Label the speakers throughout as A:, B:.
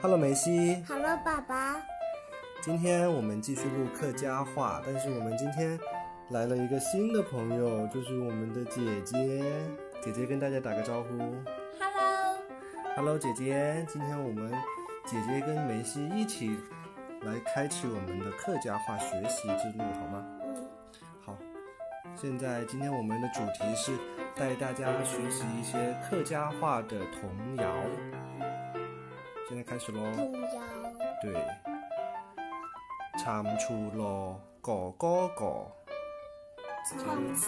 A: Hello，梅西。
B: Hello，爸爸。
A: 今天我们继续录客家话，但是我们今天来了一个新的朋友，就是我们的姐姐。姐姐跟大家打个招呼。
B: Hello。
A: Hello，姐姐。今天我们姐姐跟梅西一起来开启我们的客家话学习之路，好吗？
B: 嗯，
A: 好，现在今天我们的主题是带大家学习一些客家话的童谣。现在开始喽。
B: 童谣。
A: 对，蟾蜍螺哥哥哥，
B: 唱起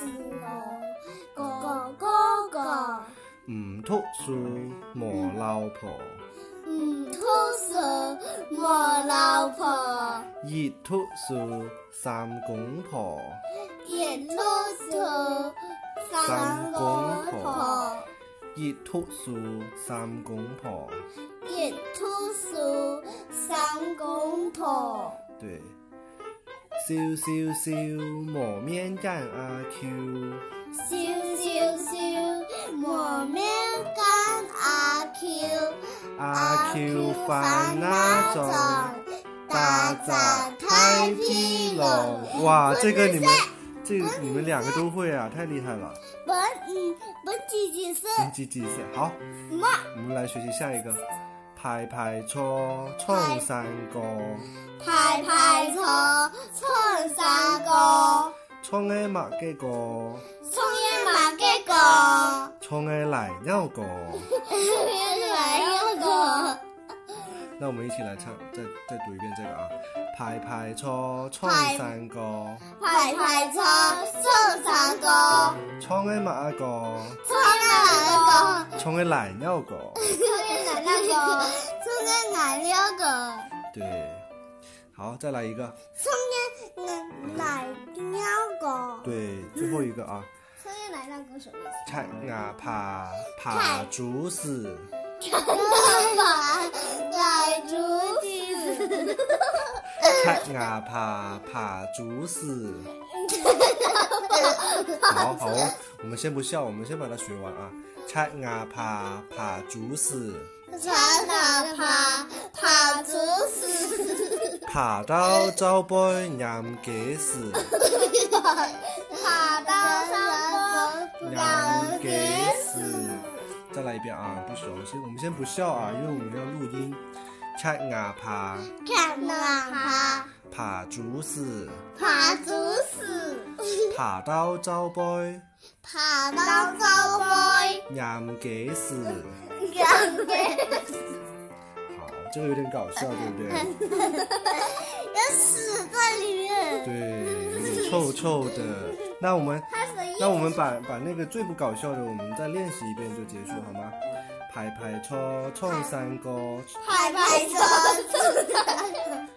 B: 我哥哥哥，
A: 唔秃树磨老婆，
B: 唔秃蛇莫老婆，
A: 热秃树三公婆，
B: 点秃蛇三公婆，
A: 热秃树三公婆。
B: 点秃蛇三公婆，
A: 对，笑笑笑磨面干阿 Q，
B: 笑笑笑磨面干阿 Q。
A: 阿 Q 犯那种。大展开披露，哇，这个你们，这个你们两个都会啊，太厉害了！
B: 本嗯本姐姐是
A: 先记记一下。好，
B: 妈，
A: 我们来学习下一个。排排坐，冲山歌，
B: 排排坐，唱山歌，
A: 冲诶麦嘅歌，
B: 唱一万嘅歌，
A: 冲诶奶尿歌。
B: 一个
A: 那我们一起来唱，再再读一遍这个啊。排排坐，冲山歌，
B: 排排坐，唱山歌，
A: 冲诶麦歌，
B: 唱一万个，
A: 冲诶奶尿歌。
B: 唱一万那个，唱一万两个，
A: 对，好，再来一个。
B: 唱一来两个，
A: 对，最后一个啊。
B: 唱一来两个什么意思？
A: 看啊，爬爬竹子，
B: 来竹子。
A: 看啊，爬爬竹子。好好哦，我们先不笑，我们先把它学完啊。看啊，爬爬竹子，
B: 长长爬爬竹丝，
A: 爬到周杯饮几时？
B: 爬到山坡
A: 饮几时？再来一遍啊，不熟，先我们先不笑啊，因为我们要录音。看啊，爬
B: 看啊
A: 爬竹子，
B: 爬爬竹丝，
A: 爬到周杯
B: 爬到高坡
A: 饮几时？
B: 两边
A: 好，这个有点搞笑，对不对？
B: 有屎在里面，
A: 对，有点臭臭的。那我们，
B: 它是
A: 那我们把把那个最不搞笑的，我们再练习一遍就结束好吗？排排搓冲山歌，
B: 排排坐，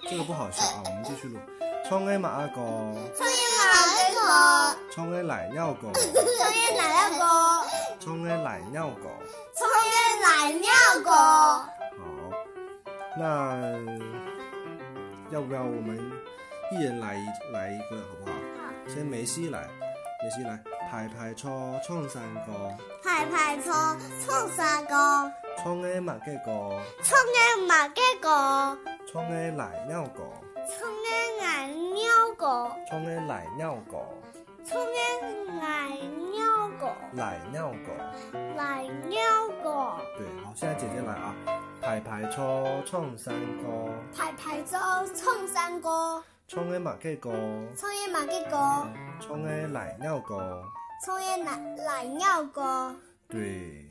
A: 这个不好笑啊，我们继续录。冲诶马哥，
B: 所以哪个？
A: 冲诶奶尿哥，
B: 所以哪一个？
A: 冲诶奶尿哥。
B: 所以哪两个？
A: 好，那要不要我们一人来一来一个好不好？先梅西来，梅西来，排排搓冲山歌。
B: 排排坐，唱山歌。
A: 创诶麦嘅歌，
B: 冲嘅麦嘅歌，
A: 创诶奶鸟歌，
B: 冲嘅眼尿歌，
A: 创诶奶鸟歌，
B: 冲嘅眼尿歌，
A: 奶鸟歌。
B: 奶尿歌，
A: 对，好，现在姐姐来啊，排排搓创山歌，
B: 排排坐，冲山歌，
A: 创诶麦嘅歌，
B: 冲嘅麦嘅歌，
A: 创诶奶鸟歌。
B: 冲嘅奶奶尿歌。
A: 对，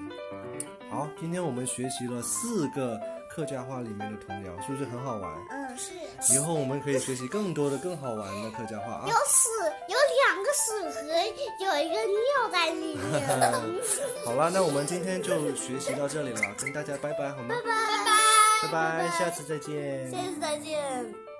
A: 好，今天我们学习了四个客家话里面的童谣，是不是很好玩？
B: 嗯，是有
A: 以后我们可以学习更多的、更好玩的客家 话啊！
B: 屎，有两个屎盒，有一个尿在里面。
A: 好了，那我们今天就学习到这里 了，跟大家拜拜好吗？
B: 拜拜，
A: 拜拜，下次再见。
B: 下次再见。